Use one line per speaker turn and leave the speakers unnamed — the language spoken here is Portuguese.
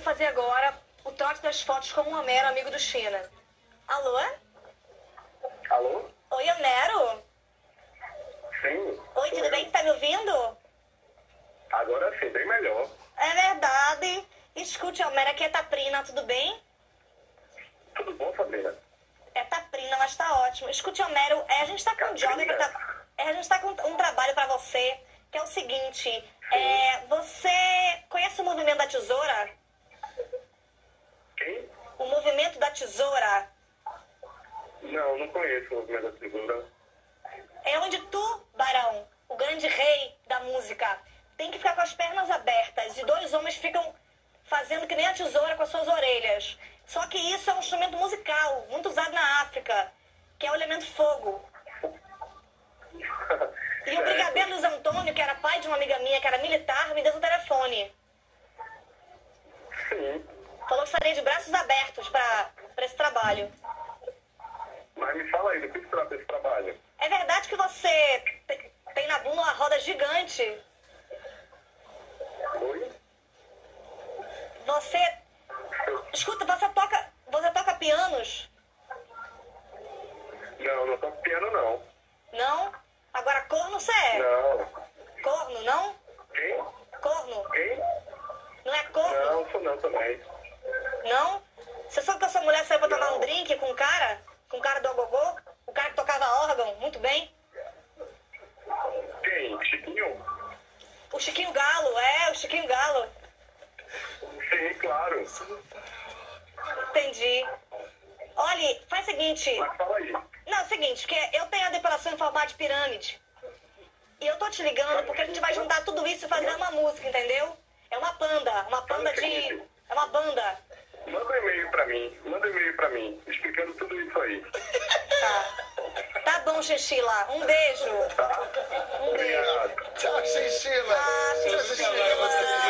fazer agora o trote das fotos com o Homero, amigo do China. Alô?
Alô?
Oi, Homero?
Sim.
Oi,
sou
tudo
eu.
bem? Tá me ouvindo?
Agora sim, bem melhor.
É verdade. Escute, Homero, aqui é Taprina, tudo bem?
Tudo bom, Sabrina?
É Taprina, mas tá ótimo. Escute, Homero, é, a gente tá com um job pra tra- é, a gente tá com um trabalho pra você, que é o seguinte. é, você conhece o movimento da tesoura?
Quem?
O movimento da tesoura
Não, não conheço o movimento da tesoura.
é onde tu, Barão, o grande rei da música, tem que ficar com as pernas abertas e dois homens ficam fazendo que nem a tesoura com as suas orelhas. Só que isso é um instrumento musical, muito usado na África, que é o elemento fogo. E o brigadeiro Luiz Antônio, que era pai de uma amiga minha, que era militar, me deu o telefone.
É, Sim,
Falou que estaria de braços abertos pra pra esse trabalho.
mas me fala aí, do que se trata esse trabalho?
É verdade que você te- tem na bunda uma roda gigante
Oi?
Você. Escuta, você toca. Você toca pianos?
Não, não toco piano, não.
Não? Agora corno você é?
Não.
Corno, não?
Quem?
Corno.
Quem?
Não é corno?
Não, sou não também.
Não? Você soube que a sua mulher saiu pra tomar
Não.
um drink com um cara? Com um cara do agogô? O cara que tocava órgão? Muito bem.
Quem? Chiquinho?
O Chiquinho Galo, é, o Chiquinho Galo.
Sim, claro.
Entendi. Olha, faz o seguinte.
Mas fala aí.
Não, é o seguinte, que eu tenho a depilação em formato de pirâmide. E eu tô te ligando porque a gente vai juntar tudo isso e fazer uma música, entendeu? É uma banda, uma banda de. É uma banda.
Manda um e-mail pra mim. Manda um e-mail pra mim, explicando tudo isso aí.
Tá. Tá bom, Xixila. Um beijo. Um beijo.
tá? Obrigado.
Tchau, Chinchila.
Ah,
Tchau,
Xixila.